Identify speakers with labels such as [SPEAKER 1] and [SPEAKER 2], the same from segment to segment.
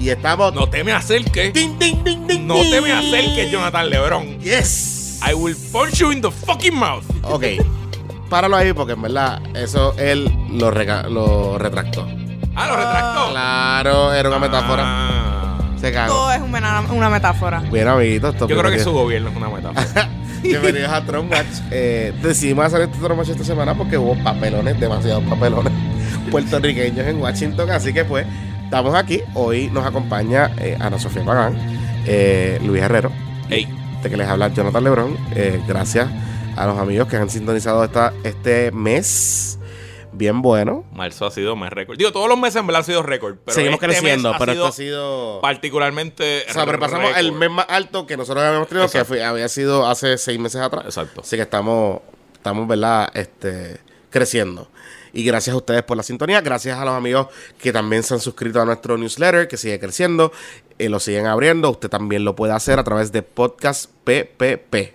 [SPEAKER 1] Y estamos.
[SPEAKER 2] No te me acerques.
[SPEAKER 1] Ding, ding, ding, ding,
[SPEAKER 2] No te me
[SPEAKER 1] ding.
[SPEAKER 2] acerques, Jonathan Lebron.
[SPEAKER 1] Yes.
[SPEAKER 2] I will punch you in the fucking mouth.
[SPEAKER 1] Ok. Páralo ahí porque en verdad eso él lo, reca- lo retractó.
[SPEAKER 2] Ah, lo retractó.
[SPEAKER 1] Claro, era una metáfora.
[SPEAKER 2] Ah.
[SPEAKER 1] Se cagó.
[SPEAKER 3] Todo es un mena- una metáfora.
[SPEAKER 1] Bien, amiguitos. esto
[SPEAKER 2] Yo creo que
[SPEAKER 1] bienvenido-
[SPEAKER 2] su gobierno es una metáfora.
[SPEAKER 1] Bienvenidos a Tron Watch. Eh, decidimos hacer este Tron Watch esta semana porque hubo papelones, demasiados papelones puertorriqueños en Washington. Así que, pues, estamos aquí. Hoy nos acompaña eh, Ana Sofía Pagán, eh, Luis Herrero,
[SPEAKER 2] Ey,
[SPEAKER 1] de que les habla Jonathan Lebron. Eh, gracias a los amigos que han sintonizado esta, este mes. Bien bueno.
[SPEAKER 2] marzo ha sido más récord. Digo, todos los meses en verdad han sido récord. Pero
[SPEAKER 1] Seguimos
[SPEAKER 2] este
[SPEAKER 1] creciendo,
[SPEAKER 2] mes ha
[SPEAKER 1] pero esto ha
[SPEAKER 2] sido
[SPEAKER 1] sido.
[SPEAKER 2] particularmente.
[SPEAKER 1] O sea, sobrepasamos el
[SPEAKER 2] récord.
[SPEAKER 1] mes más alto que nosotros habíamos tenido, que
[SPEAKER 2] Exacto.
[SPEAKER 1] fue- había sido hace seis meses atrás.
[SPEAKER 2] Exacto.
[SPEAKER 1] Así que estamos, estamos ¿verdad? Este, creciendo. Y gracias a ustedes por la sintonía. Gracias a los amigos que también se han suscrito a nuestro newsletter, que sigue creciendo. eh, lo siguen abriendo. Usted también lo puede hacer a través de Podcast PPP.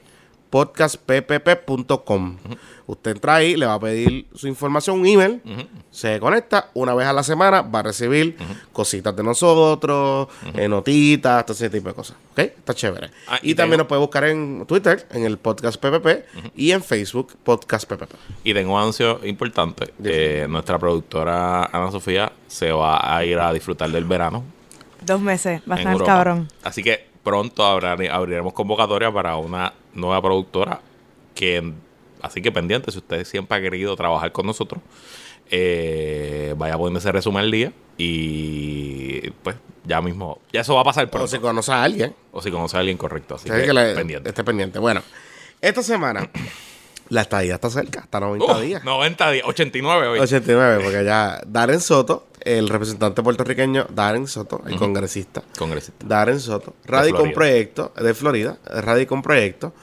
[SPEAKER 1] Podcastppp.com. Usted entra ahí, le va a pedir su información, un email. Se conecta una vez a la semana, va a recibir cositas de nosotros, eh, notitas, todo ese tipo de cosas. ¿Ok? Está chévere.
[SPEAKER 2] Ah,
[SPEAKER 1] y,
[SPEAKER 2] y
[SPEAKER 1] también
[SPEAKER 2] tengo-
[SPEAKER 1] nos puede buscar en Twitter, en el podcast PPP, y en Facebook, podcast PPP.
[SPEAKER 2] Y tengo un anuncio importante. Eh, nuestra productora Ana Sofía se va a ir a disfrutar del verano.
[SPEAKER 3] Dos meses. Va
[SPEAKER 2] en
[SPEAKER 3] a estar
[SPEAKER 2] Europa.
[SPEAKER 3] cabrón.
[SPEAKER 2] Así que pronto abra- abriremos convocatoria para una nueva productora. que Así que pendiente, si usted siempre ha querido trabajar con nosotros, eh, vaya poniéndose resumen al día. Y pues ya mismo, ya eso va a pasar
[SPEAKER 1] Pero
[SPEAKER 2] pronto.
[SPEAKER 1] si conoce a alguien,
[SPEAKER 2] o si conoce a alguien correcto. Así
[SPEAKER 1] sabe
[SPEAKER 2] que,
[SPEAKER 1] que eh, le-
[SPEAKER 2] pendiente.
[SPEAKER 1] esté pendiente. Bueno, esta semana la estadía está cerca, está 90
[SPEAKER 2] Uf,
[SPEAKER 1] días.
[SPEAKER 2] 90 Uh, días, 89 hoy.
[SPEAKER 1] 89, porque ya Darren Soto, el representante puertorriqueño Darren Soto, el congresista,
[SPEAKER 2] Congresista.
[SPEAKER 1] Darren Soto, radicó un
[SPEAKER 2] Florida.
[SPEAKER 1] proyecto de Florida, radicó un proyecto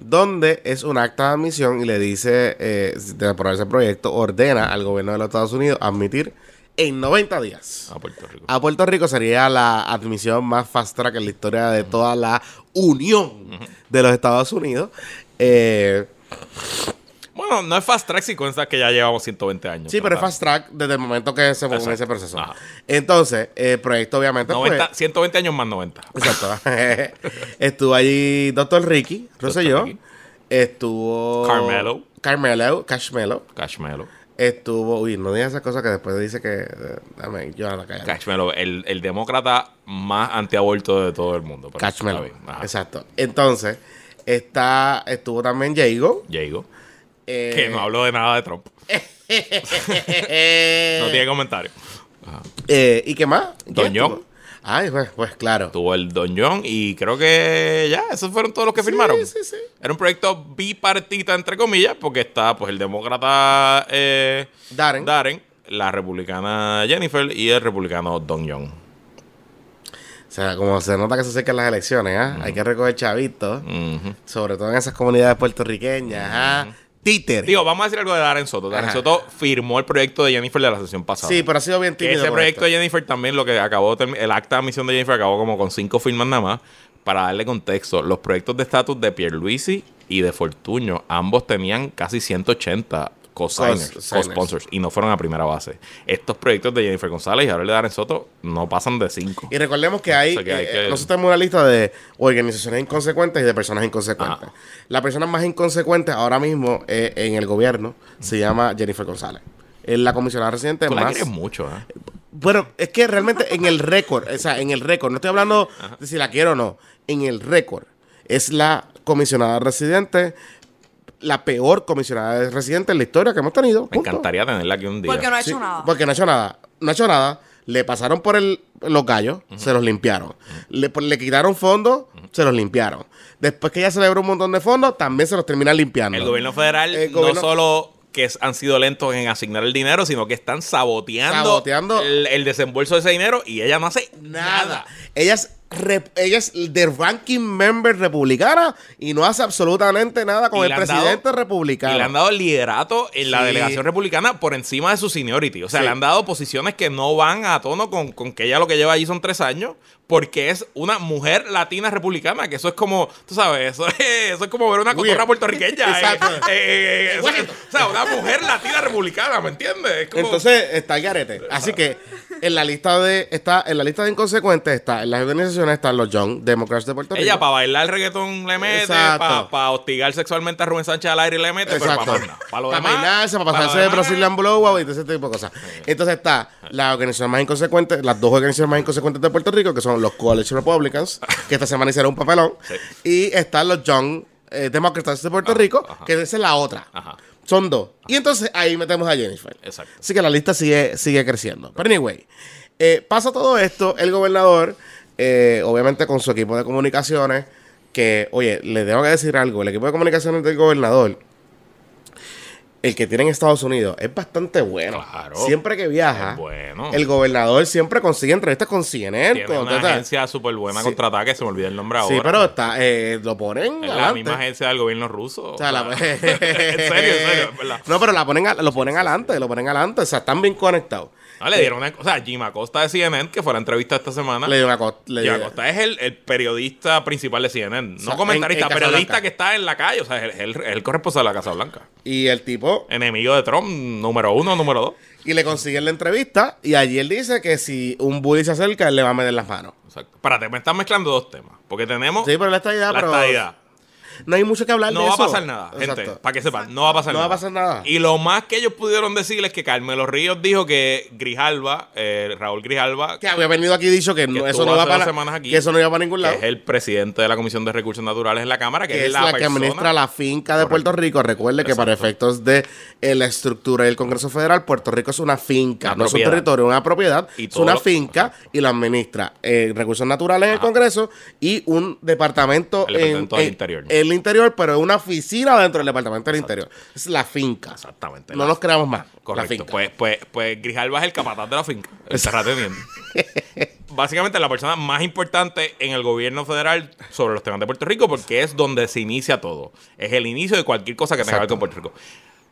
[SPEAKER 1] donde es un acta de admisión y le dice, eh, de aprobar ese proyecto, ordena al gobierno de los Estados Unidos admitir en 90 días.
[SPEAKER 2] A Puerto Rico.
[SPEAKER 1] A Puerto Rico sería la admisión más fast track en la historia de toda la unión de los Estados Unidos. Eh,
[SPEAKER 2] Bueno, no es fast track si cuentas que ya llevamos 120 años.
[SPEAKER 1] sí, pero es
[SPEAKER 2] Total.
[SPEAKER 1] fast track desde el momento que se comienza ese
[SPEAKER 2] Exacto.
[SPEAKER 1] proceso.
[SPEAKER 2] Ajá.
[SPEAKER 1] Entonces, el proyecto obviamente... fue-
[SPEAKER 2] 90, 120 años más 90.
[SPEAKER 1] Exacto. estuvo allí Dr. Ricky, Rosselló.
[SPEAKER 2] Ricky.
[SPEAKER 1] Estuvo.
[SPEAKER 2] Carmelo.
[SPEAKER 1] Carmelo, Cashmelo.
[SPEAKER 2] Cashmelo.
[SPEAKER 1] Estuvo. Uy, no digas esas cosas que después dice que. eh, Dame, yo la calle.
[SPEAKER 2] Cashmelo, el, el demócrata más antiaborto de todo el mundo. pero
[SPEAKER 1] Cashmelo.
[SPEAKER 2] está bien. Ajá.
[SPEAKER 1] Exacto. Entonces, está, estuvo también Jago.
[SPEAKER 2] Diego,
[SPEAKER 1] eh,
[SPEAKER 2] que no habló de nada de Trump. No tiene comentario.
[SPEAKER 1] eh, ¿Y qué más? ¿Quién
[SPEAKER 2] Doñón.
[SPEAKER 1] estuvo? Ay, pues, pues claro.
[SPEAKER 2] Tuvo el Doñón y creo que ya, esos fueron todos los que firmaron.
[SPEAKER 1] Sí, sí, sí.
[SPEAKER 2] Era un proyecto bipartita, entre comillas, porque está pues el demócrata eh,
[SPEAKER 1] Darren.
[SPEAKER 2] Darren, la republicana Jennifer y el republicano Doñón.
[SPEAKER 1] O sea, como se nota que se acercan las elecciones, ¿ah? Hay que recoger chavitos.
[SPEAKER 2] Ujú.
[SPEAKER 1] Sobre todo en esas comunidades puertorriqueñas. ajá. Títer.
[SPEAKER 2] Digo, vamos a decir algo de Darren Soto. Darren
[SPEAKER 1] Ajá.
[SPEAKER 2] Soto firmó el proyecto de Jennifer de la sesión pasada.
[SPEAKER 1] sí, pero ha sido bien
[SPEAKER 2] Que
[SPEAKER 1] tímido.
[SPEAKER 2] ese
[SPEAKER 1] con
[SPEAKER 2] proyecto de
[SPEAKER 1] esto.
[SPEAKER 2] Jennifer también, lo que acabó, termi- el acta de misión de Jennifer acabó como con cinco firmas nada más. Para darle contexto, los proyectos de estatus de Pierluisi y de Fortuño, ambos tenían casi 180
[SPEAKER 1] Cos-
[SPEAKER 2] cosigners,
[SPEAKER 1] signers.
[SPEAKER 2] co-sponsors, y no fueron a primera base. Estos proyectos de Jennifer González y ahora el de Darren Soto no pasan de cinco.
[SPEAKER 1] Y recordemos que hay,
[SPEAKER 2] O sea, que hay
[SPEAKER 1] eh,
[SPEAKER 2] que-
[SPEAKER 1] nosotros tenemos una lista de organizaciones inconsecuentes y de personas inconsecuentes.
[SPEAKER 2] Ajá.
[SPEAKER 1] La persona más inconsecuente ahora mismo eh, en el gobierno se llama Jennifer González. Es la comisionada residente
[SPEAKER 2] Tú la
[SPEAKER 1] más...
[SPEAKER 2] quieres mucho, ¿eh?
[SPEAKER 1] Bueno, es que realmente en el récord, o sea, en el récord, no estoy hablando de si la quiero o no, en el récord es la comisionada residente, la peor comisionada residente en la historia que hemos tenido.
[SPEAKER 2] Me
[SPEAKER 1] punto.
[SPEAKER 2] encantaría tenerla aquí un día.
[SPEAKER 3] Porque no ha hecho
[SPEAKER 1] Sí,
[SPEAKER 3] nada.
[SPEAKER 1] Porque no ha hecho nada. No ha hecho nada. Le pasaron por el, los gallos, se los limpiaron. Le, por- le quitaron fondos, se los limpiaron. Después que ella celebró un montón de fondos, también se los terminan limpiando.
[SPEAKER 2] El gobierno federal
[SPEAKER 1] El gobierno-
[SPEAKER 2] no solo que es- han sido lentos en asignar el dinero, sino que están saboteando,
[SPEAKER 1] Saboteando.
[SPEAKER 2] El, el desembolso de ese dinero y ella no hace
[SPEAKER 1] Nada.
[SPEAKER 2] nada.
[SPEAKER 1] Ella es, rep- ella es de ranking member republicana y no hace absolutamente nada con
[SPEAKER 2] Y
[SPEAKER 1] el
[SPEAKER 2] le han dado-
[SPEAKER 1] presidente
[SPEAKER 2] Y le
[SPEAKER 1] republicano.
[SPEAKER 2] han dado liderato en la
[SPEAKER 1] Sí.
[SPEAKER 2] delegación republicana por encima de su seniority. O sea,
[SPEAKER 1] Sí.
[SPEAKER 2] le han dado posiciones que no van a tono con, con que ella lo que lleva allí son tres años, porque es una mujer latina republicana, que eso es como, tú sabes, eso es, eso es como ver una
[SPEAKER 1] Muy
[SPEAKER 2] cotorra
[SPEAKER 1] bien.
[SPEAKER 2] puertorriqueña. eh,
[SPEAKER 1] Exacto.
[SPEAKER 2] eh, eh, o sea,
[SPEAKER 1] Washington.
[SPEAKER 2] o sea, una mujer latina republicana, ¿me entiendes? Es como-
[SPEAKER 1] Entonces está el garete. Así que en la lista de está en la lista de inconsecuentes está en las organizaciones están los Young Democrats de Puerto Rico.
[SPEAKER 2] Ella para bailar reggaetón le mete,
[SPEAKER 1] Exacto.
[SPEAKER 2] para hostigar sexualmente a Rubén Sánchez al aire le mete,
[SPEAKER 1] Exacto.
[SPEAKER 2] pero para más Para lo
[SPEAKER 1] Para
[SPEAKER 2] demás,
[SPEAKER 1] peinarse, para
[SPEAKER 2] pa' lo
[SPEAKER 1] pasarse de
[SPEAKER 2] demás,
[SPEAKER 1] Brazilian Blowout y todo ese tipo de cosas. Entonces está la organización más inconsecuente, las dos organizaciones más inconsecuentes de Puerto Rico, que son los College Republicans, que esta semana hicieron un papelón, y están los Young eh, Democrats de Puerto
[SPEAKER 2] Ah,
[SPEAKER 1] Rico,
[SPEAKER 2] ajá.
[SPEAKER 1] que esa es la otra.
[SPEAKER 2] Ajá.
[SPEAKER 1] Son dos. Y entonces ahí metemos a Jennifer.
[SPEAKER 2] Exacto.
[SPEAKER 1] Así que la lista sigue, sigue creciendo. Pero anyway, eh, pasa todo esto, el gobernador, eh, obviamente con su equipo de comunicaciones, que, oye, le tengo que decir algo, el equipo de comunicaciones del gobernador, el que tiene en Estados Unidos, es bastante bueno.
[SPEAKER 2] Claro.
[SPEAKER 1] Siempre que viaja,
[SPEAKER 2] Es bueno.
[SPEAKER 1] el gobernador siempre consigue entrevistas con CNN.
[SPEAKER 2] Tiene
[SPEAKER 1] con-
[SPEAKER 2] una
[SPEAKER 1] o sea,
[SPEAKER 2] agencia súper buena
[SPEAKER 1] Sí.
[SPEAKER 2] contratada que se me olvida el nombre ahora.
[SPEAKER 1] Sí, pero está, eh, lo ponen
[SPEAKER 2] Es la
[SPEAKER 1] adelante.
[SPEAKER 2] misma agencia del gobierno ruso.
[SPEAKER 1] O sea, la-
[SPEAKER 2] en serio, en serio, es verdad.
[SPEAKER 1] No, pero la ponen, a- lo ponen adelante, lo ponen adelante. O sea, están bien conectados.
[SPEAKER 2] No, Ah, le dieron una... O sea, Jim Acosta de CNN, que fue la entrevista esta semana.
[SPEAKER 1] Le dio una co- le
[SPEAKER 2] Jim
[SPEAKER 1] dio-
[SPEAKER 2] Acosta es el, el periodista principal de CNN.
[SPEAKER 1] sea,
[SPEAKER 2] no comentarista,
[SPEAKER 1] en- en Casablanca.
[SPEAKER 2] periodista que está en la calle. O sea, es el, es el- es el corresponsal de la Casa Blanca.
[SPEAKER 1] Y el tipo,
[SPEAKER 2] Enemigo de Trump, número uno, número dos.
[SPEAKER 1] y le consiguen la entrevista. Y allí él dice que si un bully se acerca, él le va a meter las manos.
[SPEAKER 2] Exacto. Espérate, me están mezclando dos temas. Porque tenemos
[SPEAKER 1] Sí, pero la estadidad,
[SPEAKER 2] la
[SPEAKER 1] pero
[SPEAKER 2] estadidad.
[SPEAKER 1] no hay mucho que hablar
[SPEAKER 2] No
[SPEAKER 1] de
[SPEAKER 2] va a
[SPEAKER 1] eso.
[SPEAKER 2] pasar nada, gente.
[SPEAKER 1] Exacto.
[SPEAKER 2] Para que sepan, no va a pasar
[SPEAKER 1] No va a
[SPEAKER 2] nada.
[SPEAKER 1] pasar nada.
[SPEAKER 2] Y lo más que ellos pudieron decir es que Carmelo Ríos dijo que Grijalva, eh, Raúl Grijalva,
[SPEAKER 1] Que había venido aquí dicho que, no- eso
[SPEAKER 2] estuvo
[SPEAKER 1] no va
[SPEAKER 2] hace
[SPEAKER 1] para
[SPEAKER 2] dos semanas aquí.
[SPEAKER 1] que eso no iba para ningún
[SPEAKER 2] que
[SPEAKER 1] lado.
[SPEAKER 2] es el presidente de la Comisión de Recursos Naturales en la Cámara, que,
[SPEAKER 1] que es la, que
[SPEAKER 2] persona-
[SPEAKER 1] administra la finca de Puerto Rico. Recuerde que para efectos de eh, la estructura del Congreso Federal, Puerto Rico es una finca,
[SPEAKER 2] Una
[SPEAKER 1] no es un
[SPEAKER 2] propiedad.
[SPEAKER 1] territorio, una propiedad,
[SPEAKER 2] Y
[SPEAKER 1] es
[SPEAKER 2] todo
[SPEAKER 1] una
[SPEAKER 2] lo-
[SPEAKER 1] finca y la administra eh, recursos naturales en el
[SPEAKER 2] Ajá.
[SPEAKER 1] Congreso y un departamento
[SPEAKER 2] El departamento
[SPEAKER 1] en,
[SPEAKER 2] del
[SPEAKER 1] en-
[SPEAKER 2] interior.
[SPEAKER 1] en el interior, pero es una oficina dentro del departamento del interior. Es la finca.
[SPEAKER 2] Exactamente.
[SPEAKER 1] No
[SPEAKER 2] la-
[SPEAKER 1] nos creamos más. La
[SPEAKER 2] Correcto.
[SPEAKER 1] finca.
[SPEAKER 2] Pues, pues, pues Grijalva es el capataz de la finca, el terrateniente. Básicamente la persona más importante en el gobierno federal sobre los temas de Puerto Rico, porque es donde se inicia todo. Es el inicio de cualquier cosa que tenga que ver con Puerto Rico.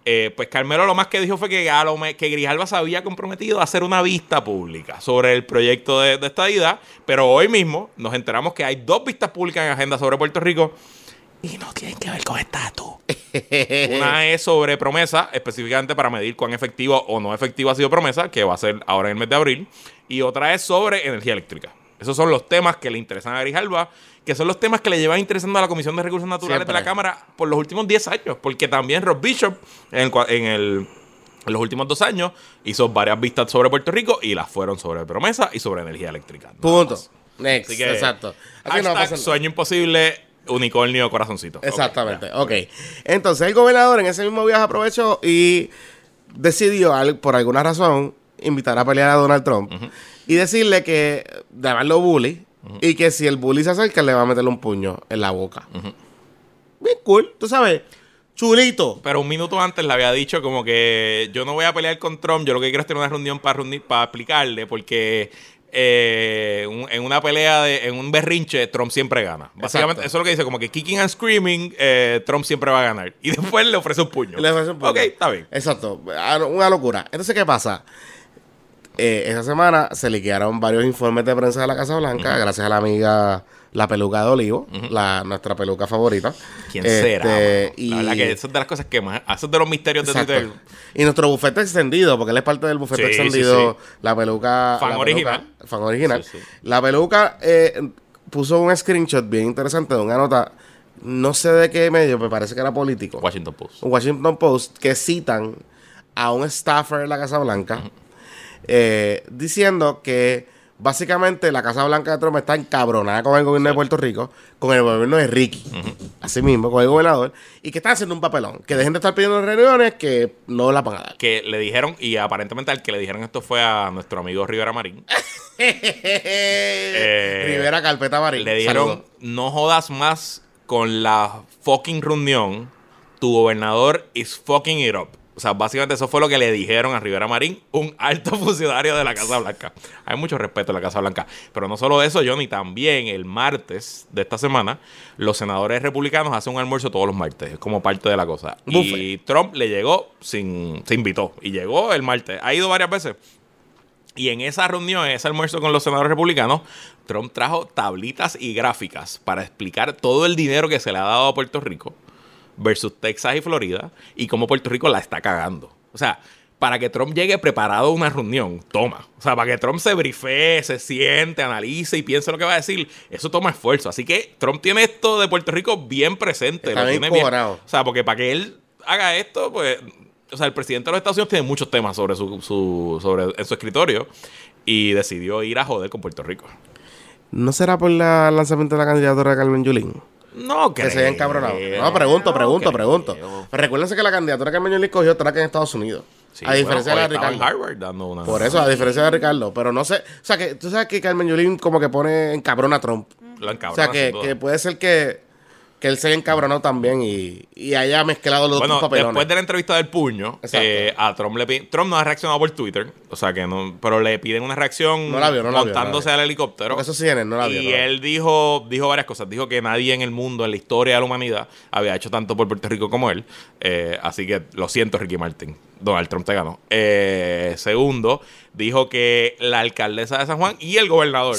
[SPEAKER 2] Eh, pues Carmelo lo más que dijo fue que, a lo me- que Grijalva se había comprometido a hacer una vista pública sobre el proyecto de, de estadidad, pero hoy mismo nos enteramos que hay dos vistas públicas en agenda sobre Puerto Rico y no tienen que ver con estatus.
[SPEAKER 1] Eh.
[SPEAKER 2] Una es sobre promesa, específicamente para medir cuán efectivo o no efectivo ha sido promesa, que va a ser ahora en el mes de abril. Y otra es sobre energía eléctrica. Esos son los temas que le interesan a Grijalva, que son los temas que le llevan interesando a la Comisión de Recursos Naturales de la
[SPEAKER 1] Siempre.
[SPEAKER 2] Cámara por los últimos 10 años. Porque también Rob Bishop, en, el cua- en el- en los últimos dos años, hizo varias vistas sobre Puerto Rico y las fueron sobre promesa y sobre energía eléctrica. Nada
[SPEAKER 1] Punto.
[SPEAKER 2] más.
[SPEAKER 1] Next.
[SPEAKER 2] Así que,
[SPEAKER 1] Exacto. Aquí
[SPEAKER 2] Hashtag
[SPEAKER 1] no va a pasar nada.
[SPEAKER 2] sueño imposible, unicornio, corazoncito.
[SPEAKER 1] Exactamente, ok. Entonces el gobernador en ese mismo viaje aprovechó y decidió, al- por alguna razón, invitar a pelear a Donald Trump y decirle que de llamarlo bully y que si el bully se acerca le va a meterle un puño en la boca. Bien cool, tú sabes, chulito.
[SPEAKER 2] Pero un minuto antes le había dicho como que yo no voy a pelear con Trump, yo lo que quiero es tener una reunión para reunir, para explicarle, porque eh, un- en una pelea, de, en un berrinche, Trump siempre gana. Básicamente,
[SPEAKER 1] Exacto.
[SPEAKER 2] eso es lo que dice, como que kicking and screaming, eh, Trump siempre va a ganar. Y después le ofrece un puño.
[SPEAKER 1] Le ofrece un puño.
[SPEAKER 2] Ok, está bien.
[SPEAKER 1] Exacto, a- una locura. Entonces, ¿qué pasa? Eh, esa semana se liquearon varios informes de prensa de la Casa Blanca, gracias a la amiga La Peluca de Olivo, la, nuestra peluca favorita.
[SPEAKER 2] ¿Quién
[SPEAKER 1] Este,
[SPEAKER 2] será? mano?
[SPEAKER 1] Y,
[SPEAKER 2] La verdad que eso es de las cosas que más, eso es de los misterios de
[SPEAKER 1] Exacto.
[SPEAKER 2] Twitter.
[SPEAKER 1] Y nuestro bufete extendido, porque él es parte del bufete
[SPEAKER 2] Sí, sí,
[SPEAKER 1] extendido,
[SPEAKER 2] sí.
[SPEAKER 1] la peluca.
[SPEAKER 2] Fan
[SPEAKER 1] la peluca-
[SPEAKER 2] original.
[SPEAKER 1] fan original.
[SPEAKER 2] Sí, sí.
[SPEAKER 1] La peluca eh, puso un screenshot bien interesante de una nota, no sé de qué medio, me parece que era político.
[SPEAKER 2] Washington Post.
[SPEAKER 1] Washington Post que citan a un staffer de la Casa Blanca eh, diciendo que básicamente la Casa Blanca de Trump está encabronada con el gobierno de Puerto Rico, con el gobierno de Ricky, así mismo, con el gobernador, y que están haciendo un papelón, que dejen de estar pidiendo reuniones que no la van a dar.
[SPEAKER 2] Que le dijeron, y aparentemente al que le dijeron esto fue a nuestro amigo Rivera Marín.
[SPEAKER 1] Rivera Carpeta Marín.
[SPEAKER 2] Le dijeron,
[SPEAKER 1] saludos.
[SPEAKER 2] no jodas más con la fucking reunión. Tu gobernador is fucking it up. O sea, básicamente eso fue lo que le dijeron a Rivera Marín, un alto funcionario de la Casa Blanca. Hay mucho respeto en la Casa Blanca. Pero no solo eso, Johnny, también el martes de esta semana, los senadores republicanos hacen un almuerzo todos los martes. Es como parte de la cosa. Y
[SPEAKER 1] Buffet.
[SPEAKER 2] Trump le llegó, sin, se invitó. Y llegó el martes. Ha ido varias veces. Y en esa reunión, en ese almuerzo con los senadores republicanos, Trump trajo tablitas y gráficas para explicar todo el dinero que se le ha dado a Puerto Rico versus Texas y Florida y cómo Puerto Rico la está cagando. O sea, para que Trump llegue preparado a una reunión, toma. O sea, para que Trump se brife, se siente, analice y piense lo que va a decir, eso toma esfuerzo. Así que Trump tiene esto de Puerto Rico bien presente.
[SPEAKER 1] Está
[SPEAKER 2] lo
[SPEAKER 1] bien
[SPEAKER 2] tiene bien-
[SPEAKER 1] cojonado.
[SPEAKER 2] O sea, porque para que él haga esto, pues. O sea, el presidente de los Estados Unidos tiene muchos temas sobre su, su- sobre, en su escritorio y decidió ir a joder con Puerto Rico.
[SPEAKER 1] ¿No será por la- el lanzamiento de la candidatura de Carmen Yulín?
[SPEAKER 2] No,
[SPEAKER 1] Que se hayan encabronado. No, pregunto,
[SPEAKER 2] pregunto,
[SPEAKER 1] pregunto,
[SPEAKER 2] pregunto,
[SPEAKER 1] pregunto. Recuérdense que la candidatura que Carmen le cogió track en Estados Unidos. a diferencia de la de Ricardo.
[SPEAKER 2] pues, Harvard dando una.
[SPEAKER 1] Por eso, a diferencia de Ricardo. Pero no sé. O sea, que tú sabes que Carmen Yulín como que pone en cabrón a Trump.
[SPEAKER 2] Lo
[SPEAKER 1] o sea,
[SPEAKER 2] encabronan
[SPEAKER 1] que,
[SPEAKER 2] sin duda.
[SPEAKER 1] que puede ser que, que él se haya encabronado también y, y haya mezclado los
[SPEAKER 2] Bueno,
[SPEAKER 1] dos papelones.
[SPEAKER 2] después de la entrevista del puño,
[SPEAKER 1] Exacto.
[SPEAKER 2] eh, a Trump le piden. Trump no ha reaccionado por Twitter, o sea que no. Pero le piden una reacción
[SPEAKER 1] No la vio, no la vio,
[SPEAKER 2] montándose
[SPEAKER 1] no
[SPEAKER 2] al helicóptero.
[SPEAKER 1] Porque eso sí, en él no la vio.
[SPEAKER 2] y
[SPEAKER 1] no la vio.
[SPEAKER 2] él dijo, dijo varias cosas. Dijo que nadie en el mundo, en la historia de la humanidad, había hecho tanto por Puerto Rico como él. Eh, así que lo siento, Ricky Martin. Donald Trump te ganó. Eh, segundo, dijo que la alcaldesa de San Juan y el gobernador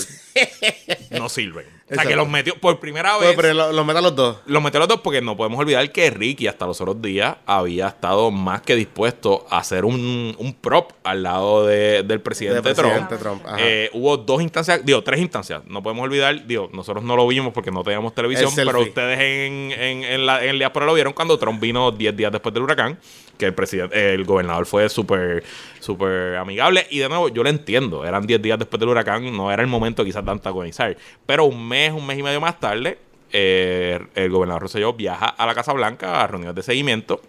[SPEAKER 2] no sirven. O sea,
[SPEAKER 1] Exacto.
[SPEAKER 2] que los metió por primera vez.
[SPEAKER 1] Pues, pero lo- los meta los dos.
[SPEAKER 2] Los metió a los dos porque no podemos olvidar que Ricky hasta los otros días había estado más que dispuesto a hacer un, un prop al lado de- del presidente,
[SPEAKER 1] Del presidente
[SPEAKER 2] Trump.
[SPEAKER 1] Trump, ajá.
[SPEAKER 2] Eh, hubo dos instancias, digo, tres instancias. No podemos olvidar, digo, nosotros no lo vimos porque no teníamos televisión,
[SPEAKER 1] El selfie.
[SPEAKER 2] pero ustedes en, en, en la, en el diáspora lo vieron cuando Trump vino 10 días después del huracán, que el presidente, el gobernador fue súper, súper amigable. Y de nuevo, yo lo entiendo, eran 10 días después del huracán, no era el momento quizás de antagonizar. Pero un mes, un mes y medio más tarde, eh, el gobernador Rosselló viaja a la Casa Blanca a reuniones de seguimiento.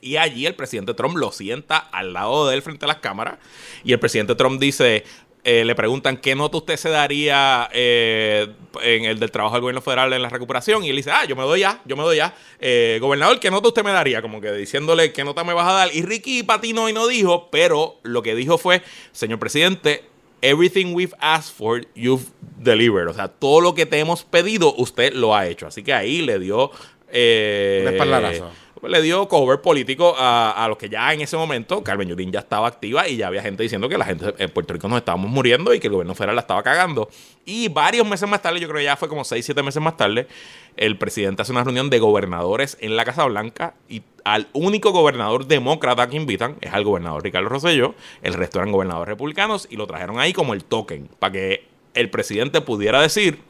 [SPEAKER 2] Y allí el presidente Trump lo sienta al lado de él frente a las cámaras. Y el presidente Trump dice, eh, le preguntan qué nota usted se daría eh, en el del trabajo del gobierno federal en la recuperación. Y él dice, ah, yo me doy ya, yo me doy ya. Eh, gobernador, ¿qué nota usted me daría? Como que diciéndole qué nota me vas a dar. Y Ricky patinó y no dijo, pero lo que dijo fue, señor presidente, Everything we've asked for, you've delivered. O sea, todo lo que te hemos pedido, usted lo ha hecho. Así que ahí le dio... eh,
[SPEAKER 1] Un espaldarazo.
[SPEAKER 2] Pues, le dio cover político a, a los que ya en ese momento, Carmen Yulín ya estaba activa y ya había gente diciendo que la gente en Puerto Rico nos estábamos muriendo y que el gobierno federal la estaba cagando. Y varios meses más tarde, yo creo que ya fue como 6, 7 meses más tarde, el presidente hace una reunión de gobernadores en la Casa Blanca y al único gobernador demócrata que invitan es al gobernador Ricardo Rosselló, el resto eran gobernadores republicanos y lo trajeron ahí como el token para que el presidente pudiera decir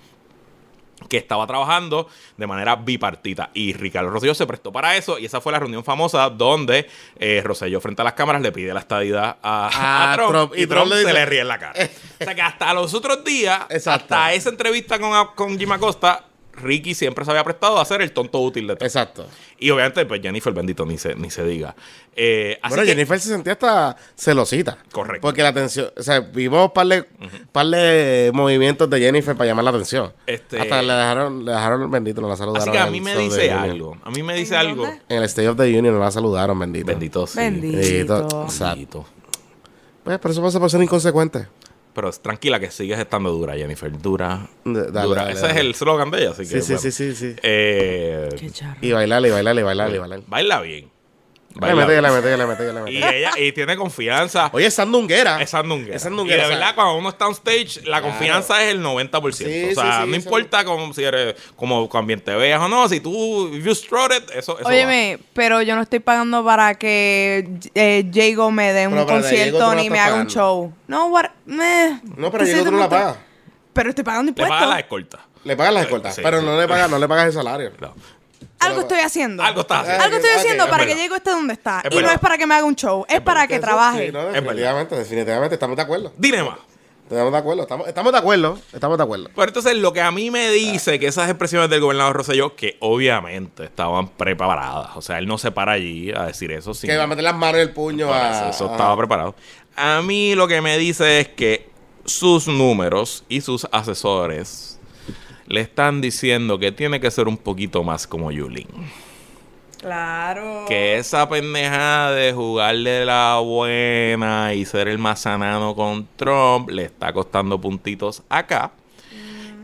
[SPEAKER 2] que estaba trabajando de manera bipartita. Y Ricardo Rosselló se prestó para eso. Y esa fue la reunión famosa donde eh, Rosselló, frente a las cámaras, le pide la estadidad a,
[SPEAKER 1] Ah,
[SPEAKER 2] a Trump,
[SPEAKER 1] Trump.
[SPEAKER 2] Y,
[SPEAKER 1] Y
[SPEAKER 2] Trump,
[SPEAKER 1] Trump le dice- Eh.
[SPEAKER 2] se le ríe en la cara. o sea que hasta los otros días,
[SPEAKER 1] Exacto.
[SPEAKER 2] hasta esa entrevista con, con Jim Acosta, Ricky siempre se había prestado a hacer el tonto útil de Trump.
[SPEAKER 1] Exacto.
[SPEAKER 2] Y obviamente, pues Jennifer Bendito ni se, ni se diga. Eh, así
[SPEAKER 1] bueno,
[SPEAKER 2] que-
[SPEAKER 1] Jennifer se sentía hasta celosita.
[SPEAKER 2] Correcto.
[SPEAKER 1] Porque la atención, o sea, vimos par de, par de movimientos de Jennifer para llamar la atención.
[SPEAKER 2] Este-
[SPEAKER 1] Hasta le dejaron, le dejaron bendito, no la saludaron.
[SPEAKER 2] así que a
[SPEAKER 1] en
[SPEAKER 2] mí me
[SPEAKER 1] el State of
[SPEAKER 2] dice
[SPEAKER 1] the Union.
[SPEAKER 2] algo. A mí me dice
[SPEAKER 3] ¿En
[SPEAKER 2] algo.
[SPEAKER 3] dónde?
[SPEAKER 1] En el State of the Union no la saludaron, bendito.
[SPEAKER 2] Bendito sí.
[SPEAKER 3] Bendito.
[SPEAKER 1] Exacto.
[SPEAKER 2] Bendito.
[SPEAKER 1] Pues, pero eso pasa por ser inconsecuente.
[SPEAKER 2] Pero tranquila que sigues estando dura, Jennifer. Dura.
[SPEAKER 1] D- dale,
[SPEAKER 2] dura.
[SPEAKER 1] dale,
[SPEAKER 2] Ese
[SPEAKER 1] dale.
[SPEAKER 2] es el slogan de ella, así que.
[SPEAKER 1] Sí, sí,
[SPEAKER 2] bueno.
[SPEAKER 1] sí, sí, sí.
[SPEAKER 2] Eh,
[SPEAKER 3] Qué charro.
[SPEAKER 1] Y bailarle, y bailarle, y bailarle, y bailarle.
[SPEAKER 2] baila bien.
[SPEAKER 1] Le
[SPEAKER 2] Baila
[SPEAKER 1] mete,
[SPEAKER 2] bien.
[SPEAKER 1] le mete, le mete, le
[SPEAKER 2] Y
[SPEAKER 1] mete.
[SPEAKER 2] ella y tiene confianza.
[SPEAKER 1] Oye, es sandunguera.
[SPEAKER 2] Es sandunguera.
[SPEAKER 1] Es sandunguera,
[SPEAKER 2] Y de
[SPEAKER 1] o sea-
[SPEAKER 2] verdad, cuando uno está on stage, la confianza es el 90%.
[SPEAKER 1] Sí,
[SPEAKER 2] o sea,
[SPEAKER 1] sí, sí, eso-
[SPEAKER 2] no importa cómo, si eres, como también te veas o no. Si tú, if you strut it, eso, eso va.
[SPEAKER 3] Óyeme, pero yo no estoy pagando para que eh, Jago me dé un
[SPEAKER 1] Pero, pero, Jago, tú
[SPEAKER 3] concierto
[SPEAKER 1] no
[SPEAKER 3] ni
[SPEAKER 1] estás
[SPEAKER 3] me haga un
[SPEAKER 1] pagando.
[SPEAKER 3] show. No, what, meh.
[SPEAKER 1] No, pero
[SPEAKER 3] Ese
[SPEAKER 1] llega otro
[SPEAKER 3] tema
[SPEAKER 1] la
[SPEAKER 3] está-
[SPEAKER 1] paga.
[SPEAKER 3] Pero estoy pagando
[SPEAKER 2] Le paga la
[SPEAKER 3] impuestos.
[SPEAKER 2] escolta.
[SPEAKER 1] Le pagan las escoltas.
[SPEAKER 2] sí,
[SPEAKER 1] pero
[SPEAKER 2] sí.
[SPEAKER 1] no le pagas, no le pagas el salario. Eh, ah,
[SPEAKER 2] No.
[SPEAKER 3] Algo estoy haciendo.
[SPEAKER 2] Algo estás haciendo.
[SPEAKER 3] Algo estoy
[SPEAKER 1] Ok,
[SPEAKER 3] haciendo
[SPEAKER 1] es
[SPEAKER 3] para
[SPEAKER 2] verdad.
[SPEAKER 3] que Jago esté donde está.
[SPEAKER 2] Es
[SPEAKER 3] y no
[SPEAKER 2] verdad.
[SPEAKER 3] es para que me haga un show, es, para que
[SPEAKER 1] Eso
[SPEAKER 3] trabaje.
[SPEAKER 1] sí, no,
[SPEAKER 2] Es
[SPEAKER 1] definitivamente, definitivamente. Estamos de acuerdo.
[SPEAKER 2] Dilema.
[SPEAKER 1] Estamos de acuerdo. Estamos, estamos de acuerdo. Estamos de acuerdo.
[SPEAKER 2] Pero entonces lo que a mí me dice que esas expresiones del gobernador Rosselló, que obviamente estaban preparadas, o sea, él no se para allí a decir eso, sino
[SPEAKER 1] Que va a meter las manos en el puño a.
[SPEAKER 2] eso, eso estaba preparado. A mí lo que me dice es que sus números y sus asesores le están diciendo que tiene que ser un poquito más como Yulín.
[SPEAKER 3] Claro.
[SPEAKER 2] Que esa pendejada de jugarle la buena y ser el más sanano con Trump le está costando puntitos acá.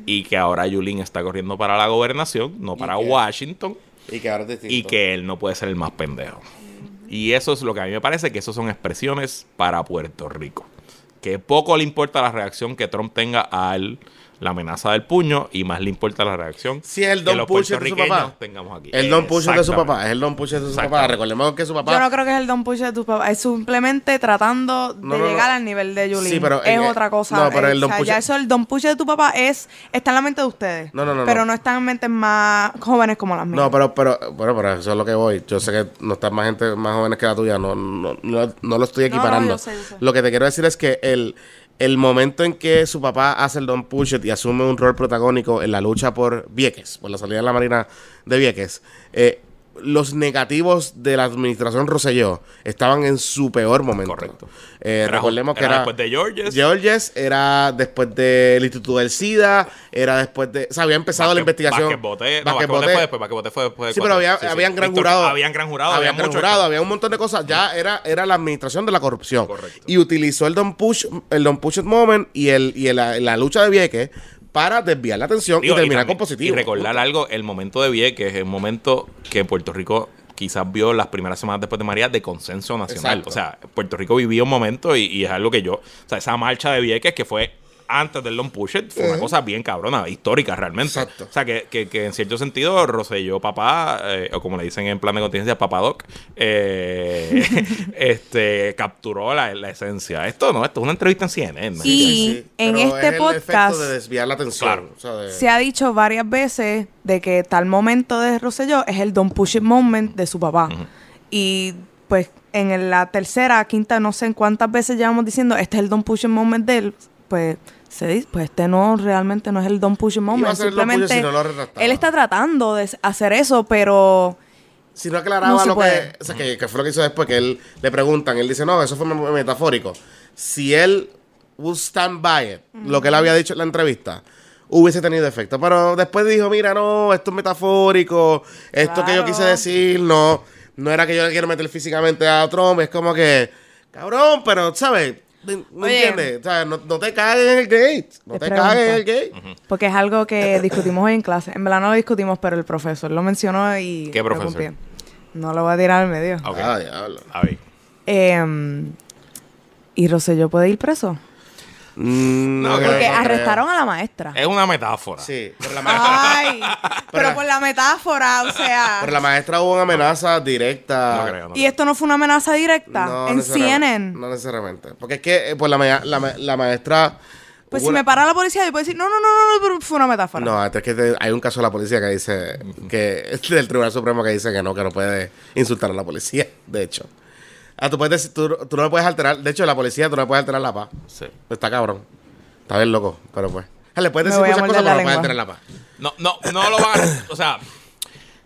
[SPEAKER 2] Y que ahora Yulín está corriendo para la gobernación, no para
[SPEAKER 1] que-
[SPEAKER 2] Washington.
[SPEAKER 1] Y que ahora es distinto.
[SPEAKER 2] Y que él no puede ser el más pendejo. Y eso es lo que a mí me parece que eso son expresiones para Puerto Rico. Que poco le importa la reacción que Trump tenga al la amenaza del puño y más le importa la reacción
[SPEAKER 1] Sí, es el
[SPEAKER 2] que
[SPEAKER 1] don
[SPEAKER 2] los
[SPEAKER 1] Pucho de su
[SPEAKER 2] puertorriqueños
[SPEAKER 1] papá.
[SPEAKER 2] tengamos aquí.
[SPEAKER 1] El don push de su
[SPEAKER 2] Exactamente.
[SPEAKER 1] papá. Es el don push de su papá.
[SPEAKER 2] Exactamente.
[SPEAKER 1] Recordemos que su papá.
[SPEAKER 3] Yo no creo que es el don push de tus papás. Es simplemente tratando de
[SPEAKER 1] No, no, no.
[SPEAKER 3] llegar al nivel de Yulín.
[SPEAKER 1] Sí, pero
[SPEAKER 3] es
[SPEAKER 1] en- e-
[SPEAKER 3] otra cosa.
[SPEAKER 1] no, pero
[SPEAKER 3] Eh,
[SPEAKER 1] el
[SPEAKER 3] o
[SPEAKER 1] don
[SPEAKER 3] sea,
[SPEAKER 1] push- e-
[SPEAKER 3] ya eso, el don push de tu papá es, está en la mente de ustedes.
[SPEAKER 1] No, no, no,
[SPEAKER 3] Pero
[SPEAKER 1] no.
[SPEAKER 3] no, está en mentes más jóvenes como las mías.
[SPEAKER 1] No, pero, pero, bueno, pero eso es lo que voy. Yo sé que no estás más gente más jóvenes que la tuya. No, no, no, no lo estoy
[SPEAKER 3] No, no,
[SPEAKER 1] equiparando.
[SPEAKER 3] yo sé, yo sé.
[SPEAKER 1] Lo que te quiero decir es que el, el momento en que su papá hace el Don Push It y asume un rol protagónico en la lucha por Vieques, por la salida de la Marina de Vieques, eh, los negativos de la administración Rosselló estaban en su peor momento.
[SPEAKER 2] Correcto.
[SPEAKER 1] Eh,
[SPEAKER 2] Era-
[SPEAKER 1] recordemos que
[SPEAKER 2] era
[SPEAKER 1] era.
[SPEAKER 2] después de Georges.
[SPEAKER 1] Georges, era después del Instituto del SIDA, era después de. O sea, había empezado la
[SPEAKER 2] Vázquez-
[SPEAKER 1] investigación.
[SPEAKER 2] Vázquez Boté.
[SPEAKER 1] Vázquez
[SPEAKER 2] No, Vázquez Boté
[SPEAKER 1] Boté.
[SPEAKER 2] fue después. Vázquez Boté fue después. de
[SPEAKER 1] Sí, pero
[SPEAKER 2] cuatro.
[SPEAKER 1] había, habían gran
[SPEAKER 2] Víctor-
[SPEAKER 1] jurado.
[SPEAKER 2] Habían gran jurado.
[SPEAKER 1] Habían
[SPEAKER 2] había
[SPEAKER 1] gran
[SPEAKER 2] mucho-
[SPEAKER 1] jurado, había un montón de cosas. Ya era, era la administración de la corrupción.
[SPEAKER 2] Correcto.
[SPEAKER 1] Y utilizó el Don Push, el Don Push It Moment y, el, y el- la, la lucha de Vieques para desviar la atención
[SPEAKER 2] Digo,
[SPEAKER 1] y terminar
[SPEAKER 2] también-
[SPEAKER 1] con positivo.
[SPEAKER 2] Y recordar algo, el momento de Vieques es un momento que Puerto Rico quizás vio las primeras semanas después de María de consenso nacional.
[SPEAKER 1] Exacto.
[SPEAKER 2] O sea, Puerto Rico vivió un momento y, y es algo que yo... O sea, esa marcha de Vieques que fue antes del Long Push It, fue una cosa bien cabrona, histórica realmente.
[SPEAKER 1] Exacto.
[SPEAKER 2] O sea, que, que- que en cierto sentido Rosselló papá, eh, o como le dicen en plan de contingencia, papá doc, eh, este, capturó la, la esencia. Esto no, esto es una entrevista en CNN.
[SPEAKER 3] Y-
[SPEAKER 2] marica.
[SPEAKER 3] en
[SPEAKER 1] pero
[SPEAKER 3] este
[SPEAKER 1] es el efecto
[SPEAKER 3] podcast-
[SPEAKER 1] de desviar la atención.
[SPEAKER 2] Claro.
[SPEAKER 1] O sea, de-
[SPEAKER 3] Se ha dicho varias veces de que tal momento de Rosselló es el Don Push It Moment de su papá. Y pues en la tercera, quinta, no sé en cuántas veces llevamos diciendo, este es el Don Push It Moment de él. Pues se dice, pues este no, realmente no es el Don Push It Moment.
[SPEAKER 1] Iba a ser el Don Push It
[SPEAKER 3] Simplemente
[SPEAKER 1] si no lo retractaba.
[SPEAKER 3] él está tratando de hacer eso, pero
[SPEAKER 1] Si no aclaraba
[SPEAKER 3] No se
[SPEAKER 1] lo que,
[SPEAKER 3] puede.
[SPEAKER 1] o sea, que, que fue lo que hizo después, que él le preguntan, él dice, no, eso fue me- metafórico. Si él would stand by it, lo que él había dicho en la entrevista, hubiese tenido efecto. Pero después dijo, mira, no, esto es metafórico, esto que yo
[SPEAKER 3] Claro.
[SPEAKER 1] quise decir, no, no era que yo le quiero meter físicamente a Trump, es como que, cabrón, pero, ¿sabes? ¿No
[SPEAKER 3] Oye.
[SPEAKER 1] entiendes? O sea, no, no te cagues en el gate, no te,
[SPEAKER 3] Te
[SPEAKER 1] cagues en el
[SPEAKER 3] pregunto.
[SPEAKER 1] gate.
[SPEAKER 3] porque es algo que discutimos hoy en clase. En verdad no lo discutimos, pero el profesor lo mencionó y...
[SPEAKER 2] ¿Qué
[SPEAKER 3] lo
[SPEAKER 2] profesor?
[SPEAKER 3] cumplí. No lo voy a tirar al medio.
[SPEAKER 2] Ok.
[SPEAKER 1] Ah, diablo.
[SPEAKER 2] A ver.
[SPEAKER 3] Em, ¿Y Rosselló puede ir preso?
[SPEAKER 1] Mm,
[SPEAKER 2] No,
[SPEAKER 1] no creo,
[SPEAKER 3] Porque
[SPEAKER 1] no creo.
[SPEAKER 3] arrestaron Ah, a la maestra.
[SPEAKER 2] Es una metáfora.
[SPEAKER 1] Sí, por la
[SPEAKER 3] Ay,
[SPEAKER 1] Pero la-
[SPEAKER 3] pero por la metáfora, o sea.
[SPEAKER 1] Por la maestra hubo una amenaza directa.
[SPEAKER 2] No creo, no
[SPEAKER 3] Y esto no fue una amenaza directa
[SPEAKER 1] No
[SPEAKER 3] en
[SPEAKER 1] necesariamente,
[SPEAKER 3] CNN.
[SPEAKER 1] No necesariamente. Porque es que eh, por la, mea- la, ma- la maestra.
[SPEAKER 3] Pues
[SPEAKER 1] hubo
[SPEAKER 3] si
[SPEAKER 1] una-
[SPEAKER 3] me para la policía, yo puedo decir, no, no, no, no, no, pero fue una metáfora.
[SPEAKER 1] No, este es que te- hay un caso de la policía que dice. que Del Tribunal Supremo que dice que no, que no puede insultar a la policía, de hecho. Ah, tú, puedes decir- tú, tú no le puedes alterar. De hecho, la policía tú no le puedes alterar la paz. Pues
[SPEAKER 2] Sí.
[SPEAKER 1] Está cabrón. Está bien loco, pero pues. Ah, Le puedes
[SPEAKER 3] Me
[SPEAKER 1] decir
[SPEAKER 3] voy a
[SPEAKER 1] muchas cosas,
[SPEAKER 3] morder
[SPEAKER 1] pero
[SPEAKER 3] la
[SPEAKER 1] no puedes
[SPEAKER 3] lengua.
[SPEAKER 1] alterar la paz.
[SPEAKER 2] No, no, no lo van a. O sea,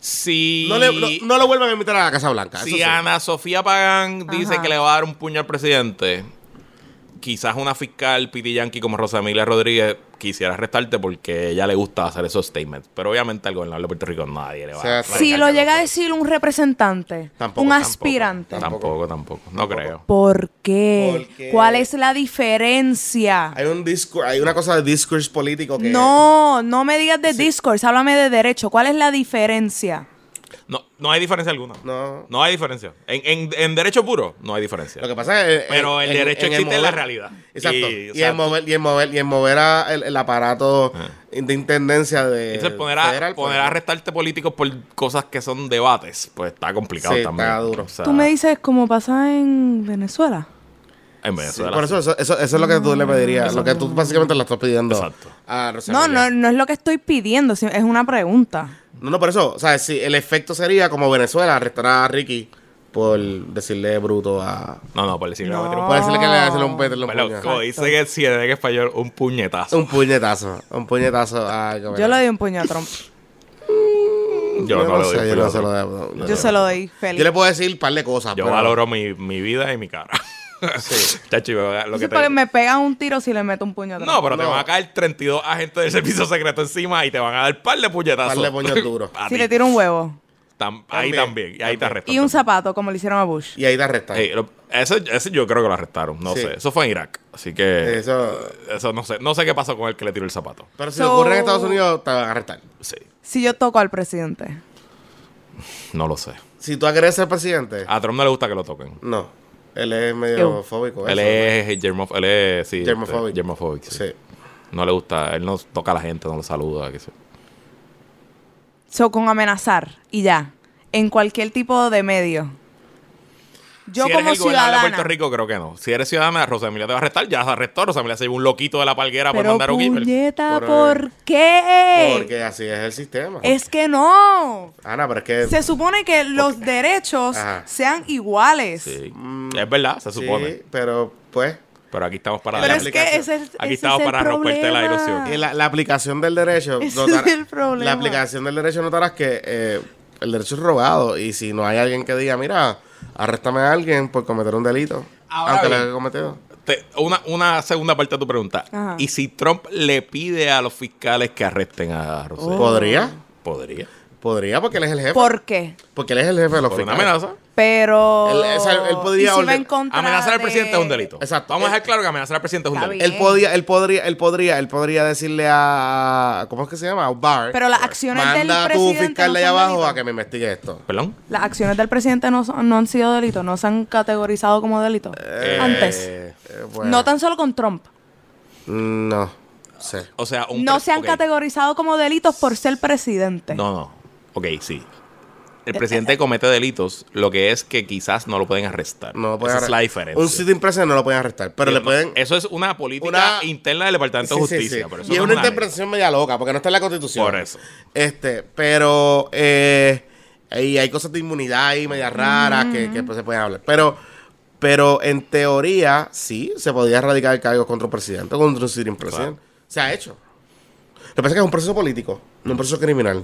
[SPEAKER 2] si.
[SPEAKER 1] No, le, no, no lo vuelvan a invitar a la Casa Blanca.
[SPEAKER 2] si
[SPEAKER 1] eso sí.
[SPEAKER 2] Ana Sofía Pagán dice
[SPEAKER 3] Ajá.
[SPEAKER 2] que le va a dar un puño al presidente, quizás una fiscal piti yankee como Rosa Emilia Rodríguez quisiera arrestarte porque ella le gusta hacer esos statements. Pero obviamente al gobernador de Puerto Rico nadie le va
[SPEAKER 1] O sea,
[SPEAKER 2] a.
[SPEAKER 1] sí.
[SPEAKER 3] si lo llega a decir un representante,
[SPEAKER 1] Tampoco,
[SPEAKER 3] un
[SPEAKER 1] tampoco,
[SPEAKER 3] aspirante.
[SPEAKER 2] Tampoco, tampoco. No creo.
[SPEAKER 3] ¿Por qué?
[SPEAKER 1] Porque-
[SPEAKER 3] ¿Cuál es la diferencia?
[SPEAKER 1] Hay, un discur- hay una cosa de discourse político que.
[SPEAKER 3] No, no me digas de discourse, háblame de derecho. ¿Cuál es la diferencia?
[SPEAKER 2] No, no hay diferencia alguna.
[SPEAKER 1] No.
[SPEAKER 2] No hay diferencia. En, en- en derecho puro, no hay diferencia.
[SPEAKER 1] Lo que pasa es. eh,
[SPEAKER 2] Pero el derecho existe en la
[SPEAKER 1] mover-
[SPEAKER 2] realidad.
[SPEAKER 1] Exacto.
[SPEAKER 2] Y,
[SPEAKER 1] Y,
[SPEAKER 2] o sea,
[SPEAKER 1] en mover, y en mover, y en mover a el, el aparato de intendencia de.
[SPEAKER 2] Ah. Entonces, poner a,
[SPEAKER 1] federal,
[SPEAKER 2] poner
[SPEAKER 1] pues,
[SPEAKER 2] a arrestarte políticos por cosas que son debates, pues está complicado
[SPEAKER 1] Sí,
[SPEAKER 2] también.
[SPEAKER 1] está duro.
[SPEAKER 2] O sea,
[SPEAKER 3] Tú me dices como pasa en Venezuela.
[SPEAKER 2] En
[SPEAKER 1] sí,
[SPEAKER 2] Venezuela.
[SPEAKER 1] por eso, eso, eso, eso es lo que tú le pedirías. Lo que tú básicamente le estás pidiendo.
[SPEAKER 2] Exacto.
[SPEAKER 1] A Rosa
[SPEAKER 3] No,
[SPEAKER 1] María.
[SPEAKER 3] no, no es lo que estoy pidiendo, si- es una pregunta.
[SPEAKER 1] No, no, por eso. O sea, si el efecto sería como Venezuela arrestar a Ricky por decirle bruto a.
[SPEAKER 2] No, no, por decirlo.
[SPEAKER 3] No.
[SPEAKER 2] voy a tirar un
[SPEAKER 1] Por decirle que le hace un, pete,
[SPEAKER 2] pu-
[SPEAKER 1] un
[SPEAKER 2] Bueno,
[SPEAKER 1] puño.
[SPEAKER 2] como dice que si en español, un puñetazo.
[SPEAKER 1] Un puñetazo. Un puñetazo a.
[SPEAKER 3] Yo le doy un puño a Trump.
[SPEAKER 1] Yo no
[SPEAKER 2] le doy
[SPEAKER 1] sé, yo no se lo
[SPEAKER 2] puñetazo.
[SPEAKER 1] doy. no,
[SPEAKER 3] Yo
[SPEAKER 1] no.
[SPEAKER 3] se lo doy feliz.
[SPEAKER 1] Yo le puedo decir un par de cosas.
[SPEAKER 2] Yo
[SPEAKER 1] pero-
[SPEAKER 2] valoro mi, mi vida y mi cara. Sí. Chacho, yo- lo
[SPEAKER 3] Eso
[SPEAKER 2] que
[SPEAKER 3] es porque
[SPEAKER 2] te...
[SPEAKER 3] me pegan un tiro si le meto un puño a Trump.
[SPEAKER 2] No, pero te
[SPEAKER 1] No.
[SPEAKER 2] van a caer 32 agentes del servicio secreto encima y te van a dar par de puñetazos.
[SPEAKER 1] Par de puños duros.
[SPEAKER 2] A
[SPEAKER 3] si
[SPEAKER 2] ti.
[SPEAKER 3] le tiro un huevo.
[SPEAKER 2] Tam- ahí
[SPEAKER 1] También,
[SPEAKER 2] también. Y ahí te
[SPEAKER 1] también.
[SPEAKER 2] arrestan.
[SPEAKER 3] Y un
[SPEAKER 2] también.
[SPEAKER 3] zapato, como le hicieron a Bush.
[SPEAKER 1] Y ahí te arrestan.
[SPEAKER 2] Ey, lo- ese, ese yo creo que lo arrestaron. No
[SPEAKER 1] Sí.
[SPEAKER 2] sé. Eso fue en Irak. Así que.
[SPEAKER 1] Eso.
[SPEAKER 2] Eso no sé. No sé qué pasó con el que le tiró el zapato.
[SPEAKER 1] Pero si
[SPEAKER 3] So-
[SPEAKER 1] ocurre en Estados Unidos, te van a arrestar.
[SPEAKER 2] Sí.
[SPEAKER 3] Si yo toco al presidente.
[SPEAKER 2] No lo sé.
[SPEAKER 1] Si tú agresas al presidente,
[SPEAKER 2] A Trump no le gusta que lo toquen.
[SPEAKER 1] no. Él es medio
[SPEAKER 3] Ew.
[SPEAKER 1] fóbico.
[SPEAKER 2] Él
[SPEAKER 1] Pues eso.
[SPEAKER 2] es germof- él es, sí, este,
[SPEAKER 1] Germofóbico.
[SPEAKER 2] germofóbico, sí.
[SPEAKER 1] Sí.
[SPEAKER 2] No le gusta, él no toca a la gente, no lo saluda. qué sé yo.
[SPEAKER 3] So, con amenazar y ya. En cualquier tipo de medio. Yo
[SPEAKER 2] si
[SPEAKER 3] como
[SPEAKER 2] eres el gobernador de
[SPEAKER 3] ciudadana.
[SPEAKER 2] Puerto Rico, creo que no. Si eres ciudadana, Rosa Emilia te va a arrestar. Ya se arrestó. Rosa Emilia se llevó un loquito de la palguera por
[SPEAKER 3] pero
[SPEAKER 2] mandar un email.
[SPEAKER 3] puñeta,
[SPEAKER 1] Por-
[SPEAKER 3] ¿por qué?
[SPEAKER 1] Porque así es el sistema.
[SPEAKER 3] Es que no.
[SPEAKER 1] Ana, pero es que.
[SPEAKER 2] Eh,
[SPEAKER 3] Se supone que los derechos
[SPEAKER 1] Ajá.
[SPEAKER 3] sean iguales.
[SPEAKER 2] Sí.
[SPEAKER 1] Mm,
[SPEAKER 2] Es verdad, se
[SPEAKER 1] sí,
[SPEAKER 2] supone.
[SPEAKER 1] pero pues.
[SPEAKER 2] Pero aquí estamos para
[SPEAKER 3] Pero
[SPEAKER 1] La
[SPEAKER 3] es que
[SPEAKER 1] aplicación.
[SPEAKER 3] ese es,
[SPEAKER 2] Aquí
[SPEAKER 3] ese
[SPEAKER 2] estamos
[SPEAKER 3] es el
[SPEAKER 2] para romperte la
[SPEAKER 3] problema.
[SPEAKER 2] ilusión.
[SPEAKER 1] eh, La, la aplicación del derecho.
[SPEAKER 3] Ah. Ese
[SPEAKER 1] notar-
[SPEAKER 3] es el problema.
[SPEAKER 1] La aplicación del derecho notarás que eh, el derecho es robado. Y si no hay alguien que diga, mira, arréstame a alguien por cometer un delito.
[SPEAKER 2] Ahora
[SPEAKER 1] aunque
[SPEAKER 2] bien.
[SPEAKER 1] lo haya cometido.
[SPEAKER 2] Te- una, una segunda parte de tu pregunta.
[SPEAKER 3] Ajá.
[SPEAKER 2] ¿Y si Trump le pide a los fiscales que arresten a
[SPEAKER 1] Oh.
[SPEAKER 2] Rosa?
[SPEAKER 3] Oh.
[SPEAKER 1] Podría.
[SPEAKER 2] Podría.
[SPEAKER 1] Podría porque él es el jefe.
[SPEAKER 3] ¿Por qué?
[SPEAKER 1] porque él es el jefe de los
[SPEAKER 2] Por una
[SPEAKER 1] fiscales.
[SPEAKER 2] amenaza.
[SPEAKER 3] Pero.
[SPEAKER 1] Él- o sea, él podía
[SPEAKER 3] ¿y si va
[SPEAKER 1] orden-
[SPEAKER 3] en contra
[SPEAKER 2] Amenazar al
[SPEAKER 3] de-
[SPEAKER 2] presidente es un delito.
[SPEAKER 1] Exacto.
[SPEAKER 2] Vamos a
[SPEAKER 1] Eh,
[SPEAKER 2] dejar claro que amenazar al presidente es un
[SPEAKER 3] Está
[SPEAKER 2] delito.
[SPEAKER 1] Él
[SPEAKER 3] Bien.
[SPEAKER 1] podría, él podría, él podría, él podría decirle a ¿cómo es que se llama? A un bar.
[SPEAKER 3] Pero las acciones del
[SPEAKER 1] Manda a tu
[SPEAKER 3] presidente
[SPEAKER 1] fiscal
[SPEAKER 3] no
[SPEAKER 1] de allá
[SPEAKER 3] son
[SPEAKER 1] abajo
[SPEAKER 3] delito.
[SPEAKER 1] a que me investigue esto.
[SPEAKER 2] Perdón.
[SPEAKER 3] Las acciones del presidente no, son- no han sido delito, no se han categorizado como delito. Antes.
[SPEAKER 2] Eh,
[SPEAKER 1] Eh, bueno,
[SPEAKER 3] No tan solo con Trump.
[SPEAKER 1] Mm, No. Sé.
[SPEAKER 2] o sea, un
[SPEAKER 3] No
[SPEAKER 2] pre-
[SPEAKER 3] se han
[SPEAKER 2] ok.
[SPEAKER 3] categorizado como delitos por ser presidente.
[SPEAKER 2] No, no. Ok, sí. El presidente comete delitos, lo que es que quizás no lo pueden arrestar.
[SPEAKER 1] No lo pueden
[SPEAKER 2] Esa es la
[SPEAKER 1] arre-
[SPEAKER 2] diferencia.
[SPEAKER 1] Un sitio impreso no lo pueden arrestar, pero le
[SPEAKER 2] No,
[SPEAKER 1] pueden
[SPEAKER 2] Eso es una política
[SPEAKER 1] Una-
[SPEAKER 2] interna del Departamento de
[SPEAKER 1] Sí, sí,
[SPEAKER 2] Justicia.
[SPEAKER 1] sí.
[SPEAKER 2] pero eso
[SPEAKER 1] Y es
[SPEAKER 2] no
[SPEAKER 1] una
[SPEAKER 2] ley.
[SPEAKER 1] interpretación media loca, porque no está en la Constitución.
[SPEAKER 2] Por eso.
[SPEAKER 1] Este, pero eh, ahí hay cosas de inmunidad ahí media raras que, que, pues, se pueden hablar. Pero, pero en teoría, sí, se podría erradicar cargos contra un presidente, contra un sitting president. Se ha hecho. Lo que pasa es que es un proceso político, no un proceso criminal.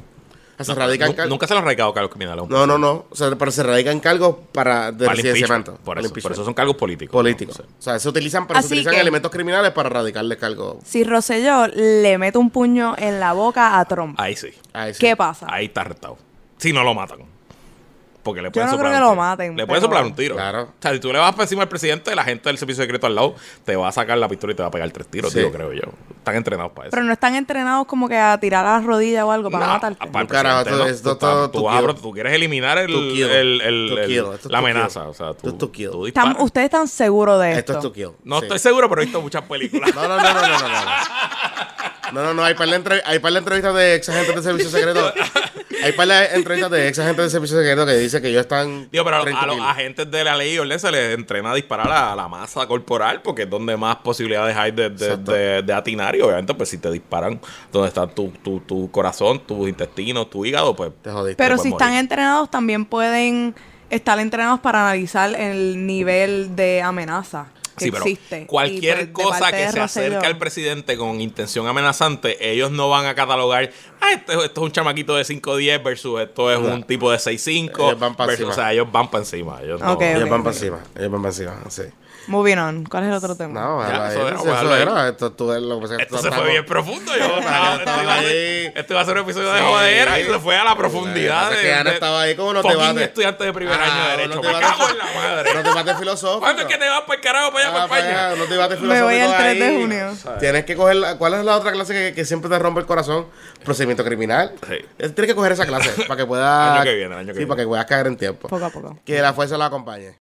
[SPEAKER 1] O sea, se radican
[SPEAKER 2] Mm. Nu-
[SPEAKER 1] cargos-
[SPEAKER 2] Nunca se lo han radicado cargos criminales. a un
[SPEAKER 1] No, no, no. O sea, pero se radican cargos para de
[SPEAKER 2] Para el
[SPEAKER 1] residenciamiento.
[SPEAKER 2] impeachment, Por
[SPEAKER 1] para el
[SPEAKER 2] eso, por
[SPEAKER 1] impeachment.
[SPEAKER 2] eso son cargos políticos.
[SPEAKER 1] políticos.
[SPEAKER 2] ¿no?
[SPEAKER 1] O sea, se utilizan, pero se
[SPEAKER 3] Así
[SPEAKER 1] utilizan
[SPEAKER 3] que-
[SPEAKER 1] elementos criminales para radicarle cargos.
[SPEAKER 3] Si Rosselló le mete un puño en la boca a Trump,
[SPEAKER 2] Ahí Ah, sí.
[SPEAKER 1] Ahí sí.
[SPEAKER 3] ¿qué pasa?
[SPEAKER 2] Ahí está arrestado. Si no lo matan. Porque le pueden
[SPEAKER 3] no
[SPEAKER 2] soplar
[SPEAKER 3] creo
[SPEAKER 2] un
[SPEAKER 3] que lo
[SPEAKER 2] tiro.
[SPEAKER 3] maten,
[SPEAKER 2] Le
[SPEAKER 3] pero-
[SPEAKER 2] pueden soplar un tiro.
[SPEAKER 1] Claro.
[SPEAKER 2] O sea, si tú le vas encima al presidente, la gente del servicio secreto al lado te va a sacar la pistola y te va a pegar tres tiros,
[SPEAKER 1] Sí.
[SPEAKER 2] digo, creo yo. Están entrenados para eso.
[SPEAKER 3] Pero no están entrenados como que a tirar a la rodilla o algo para
[SPEAKER 2] No,
[SPEAKER 3] matarte.
[SPEAKER 2] para el
[SPEAKER 1] Carajo,
[SPEAKER 2] presidente,
[SPEAKER 1] esto
[SPEAKER 2] no.
[SPEAKER 1] es-
[SPEAKER 2] Tú
[SPEAKER 1] esto-
[SPEAKER 2] estás-
[SPEAKER 1] tú
[SPEAKER 2] tú
[SPEAKER 1] quiero.
[SPEAKER 2] abro- tú quieres eliminar el,
[SPEAKER 1] Tú quiero.
[SPEAKER 2] el- el-
[SPEAKER 1] Tú
[SPEAKER 2] el-
[SPEAKER 1] quiero. Esto es
[SPEAKER 2] la
[SPEAKER 1] tú
[SPEAKER 2] amenaza.
[SPEAKER 1] quiero.
[SPEAKER 2] O sea, tú,
[SPEAKER 1] Esto es tú quiero.
[SPEAKER 2] tú
[SPEAKER 3] Están-
[SPEAKER 2] disparas.
[SPEAKER 3] ustedes están seguros de
[SPEAKER 1] Esto
[SPEAKER 3] esto.
[SPEAKER 1] es tu kill.
[SPEAKER 2] No
[SPEAKER 1] Sí.
[SPEAKER 2] estoy seguro, pero he visto muchas películas.
[SPEAKER 1] No, no, no, no, no, no. No, no, no, no, hay para la hay par de entrevistas de ex agentes de servicio secreto. Hay para la entrevistas de ex agentes de servicio secreto que dice que ellos están.
[SPEAKER 2] Digo, pero a, los-
[SPEAKER 1] 30
[SPEAKER 2] a los
[SPEAKER 1] mil.
[SPEAKER 2] agentes de la ley y orden se les entrena a disparar a la masa corporal porque es donde más posibilidades hay de, de-
[SPEAKER 1] Exacto.
[SPEAKER 2] de- de atinar y obviamente pues si te disparan donde está tu, tu, tu corazón, tus intestinos, tu hígado, pues...
[SPEAKER 1] Te jodiste.
[SPEAKER 3] Pero
[SPEAKER 2] pueden
[SPEAKER 3] si están
[SPEAKER 2] morir.
[SPEAKER 3] entrenados, también pueden estar entrenados para analizar el nivel de amenaza que
[SPEAKER 2] Sí, pero
[SPEAKER 3] existe. Y,
[SPEAKER 2] cualquier
[SPEAKER 3] pues, de
[SPEAKER 2] cosa
[SPEAKER 3] parte
[SPEAKER 2] que
[SPEAKER 3] de
[SPEAKER 2] se
[SPEAKER 3] Rosselló-
[SPEAKER 2] acerque al presidente con intención amenazante, ellos no van a catalogar, ah, esto, esto es un chamaquito de 5'10 versus esto es un tipo de 6'5.
[SPEAKER 1] Ellos van pa'
[SPEAKER 2] versus-
[SPEAKER 1] encima.
[SPEAKER 2] O sea, ellos van para encima. Ellos no-
[SPEAKER 3] Ok,
[SPEAKER 2] Ya,
[SPEAKER 1] Ellos
[SPEAKER 3] ok.
[SPEAKER 1] van para encima. Ellos van para encima. Sí.
[SPEAKER 3] Moving on. ¿Cuál es el otro tema?
[SPEAKER 1] No,
[SPEAKER 2] Ya,
[SPEAKER 1] ahí-
[SPEAKER 2] eso era,
[SPEAKER 1] eso
[SPEAKER 2] pues,
[SPEAKER 1] eso
[SPEAKER 2] ahí.
[SPEAKER 1] era. Esto tú lo que pasa es que
[SPEAKER 2] Esto
[SPEAKER 1] tú
[SPEAKER 2] se fue
[SPEAKER 1] estás-
[SPEAKER 2] bien profundo. Yo, no,
[SPEAKER 1] Claro,
[SPEAKER 2] esto, iba a
[SPEAKER 1] ahí.
[SPEAKER 2] ser, esto iba a ser un episodio de
[SPEAKER 1] Sí.
[SPEAKER 2] joder y se fue a la
[SPEAKER 1] Lo
[SPEAKER 2] profundidad.
[SPEAKER 1] que pasa
[SPEAKER 2] de,
[SPEAKER 1] es que Ana
[SPEAKER 2] de
[SPEAKER 1] estaba ahí como unos
[SPEAKER 2] fucking
[SPEAKER 1] debates.
[SPEAKER 2] estudiante de primer
[SPEAKER 1] Ah,
[SPEAKER 2] año de
[SPEAKER 1] unos
[SPEAKER 2] derecho. Me
[SPEAKER 1] debates-
[SPEAKER 2] cago en la madre.
[SPEAKER 1] Unos debates filosóficos.
[SPEAKER 2] ¿Cuándo es que te vas para el carajo para allá,
[SPEAKER 1] Ah,
[SPEAKER 2] para España?
[SPEAKER 1] para allá, unos debates
[SPEAKER 3] Me voy
[SPEAKER 1] filosóficos
[SPEAKER 3] el 3 de
[SPEAKER 1] ahí.
[SPEAKER 3] junio.
[SPEAKER 1] Tienes que coger. la- ¿Cuál es la otra clase que, que siempre te rompe el corazón? Procedimiento criminal. Eh,
[SPEAKER 2] Sí.
[SPEAKER 1] Tienes que coger esa clase para que puedas.
[SPEAKER 2] Año que viene, el año que
[SPEAKER 1] Sí,
[SPEAKER 2] viene.
[SPEAKER 1] para que puedas caer en tiempo.
[SPEAKER 3] Poco a poco.
[SPEAKER 1] Que la fuerza la acompañe.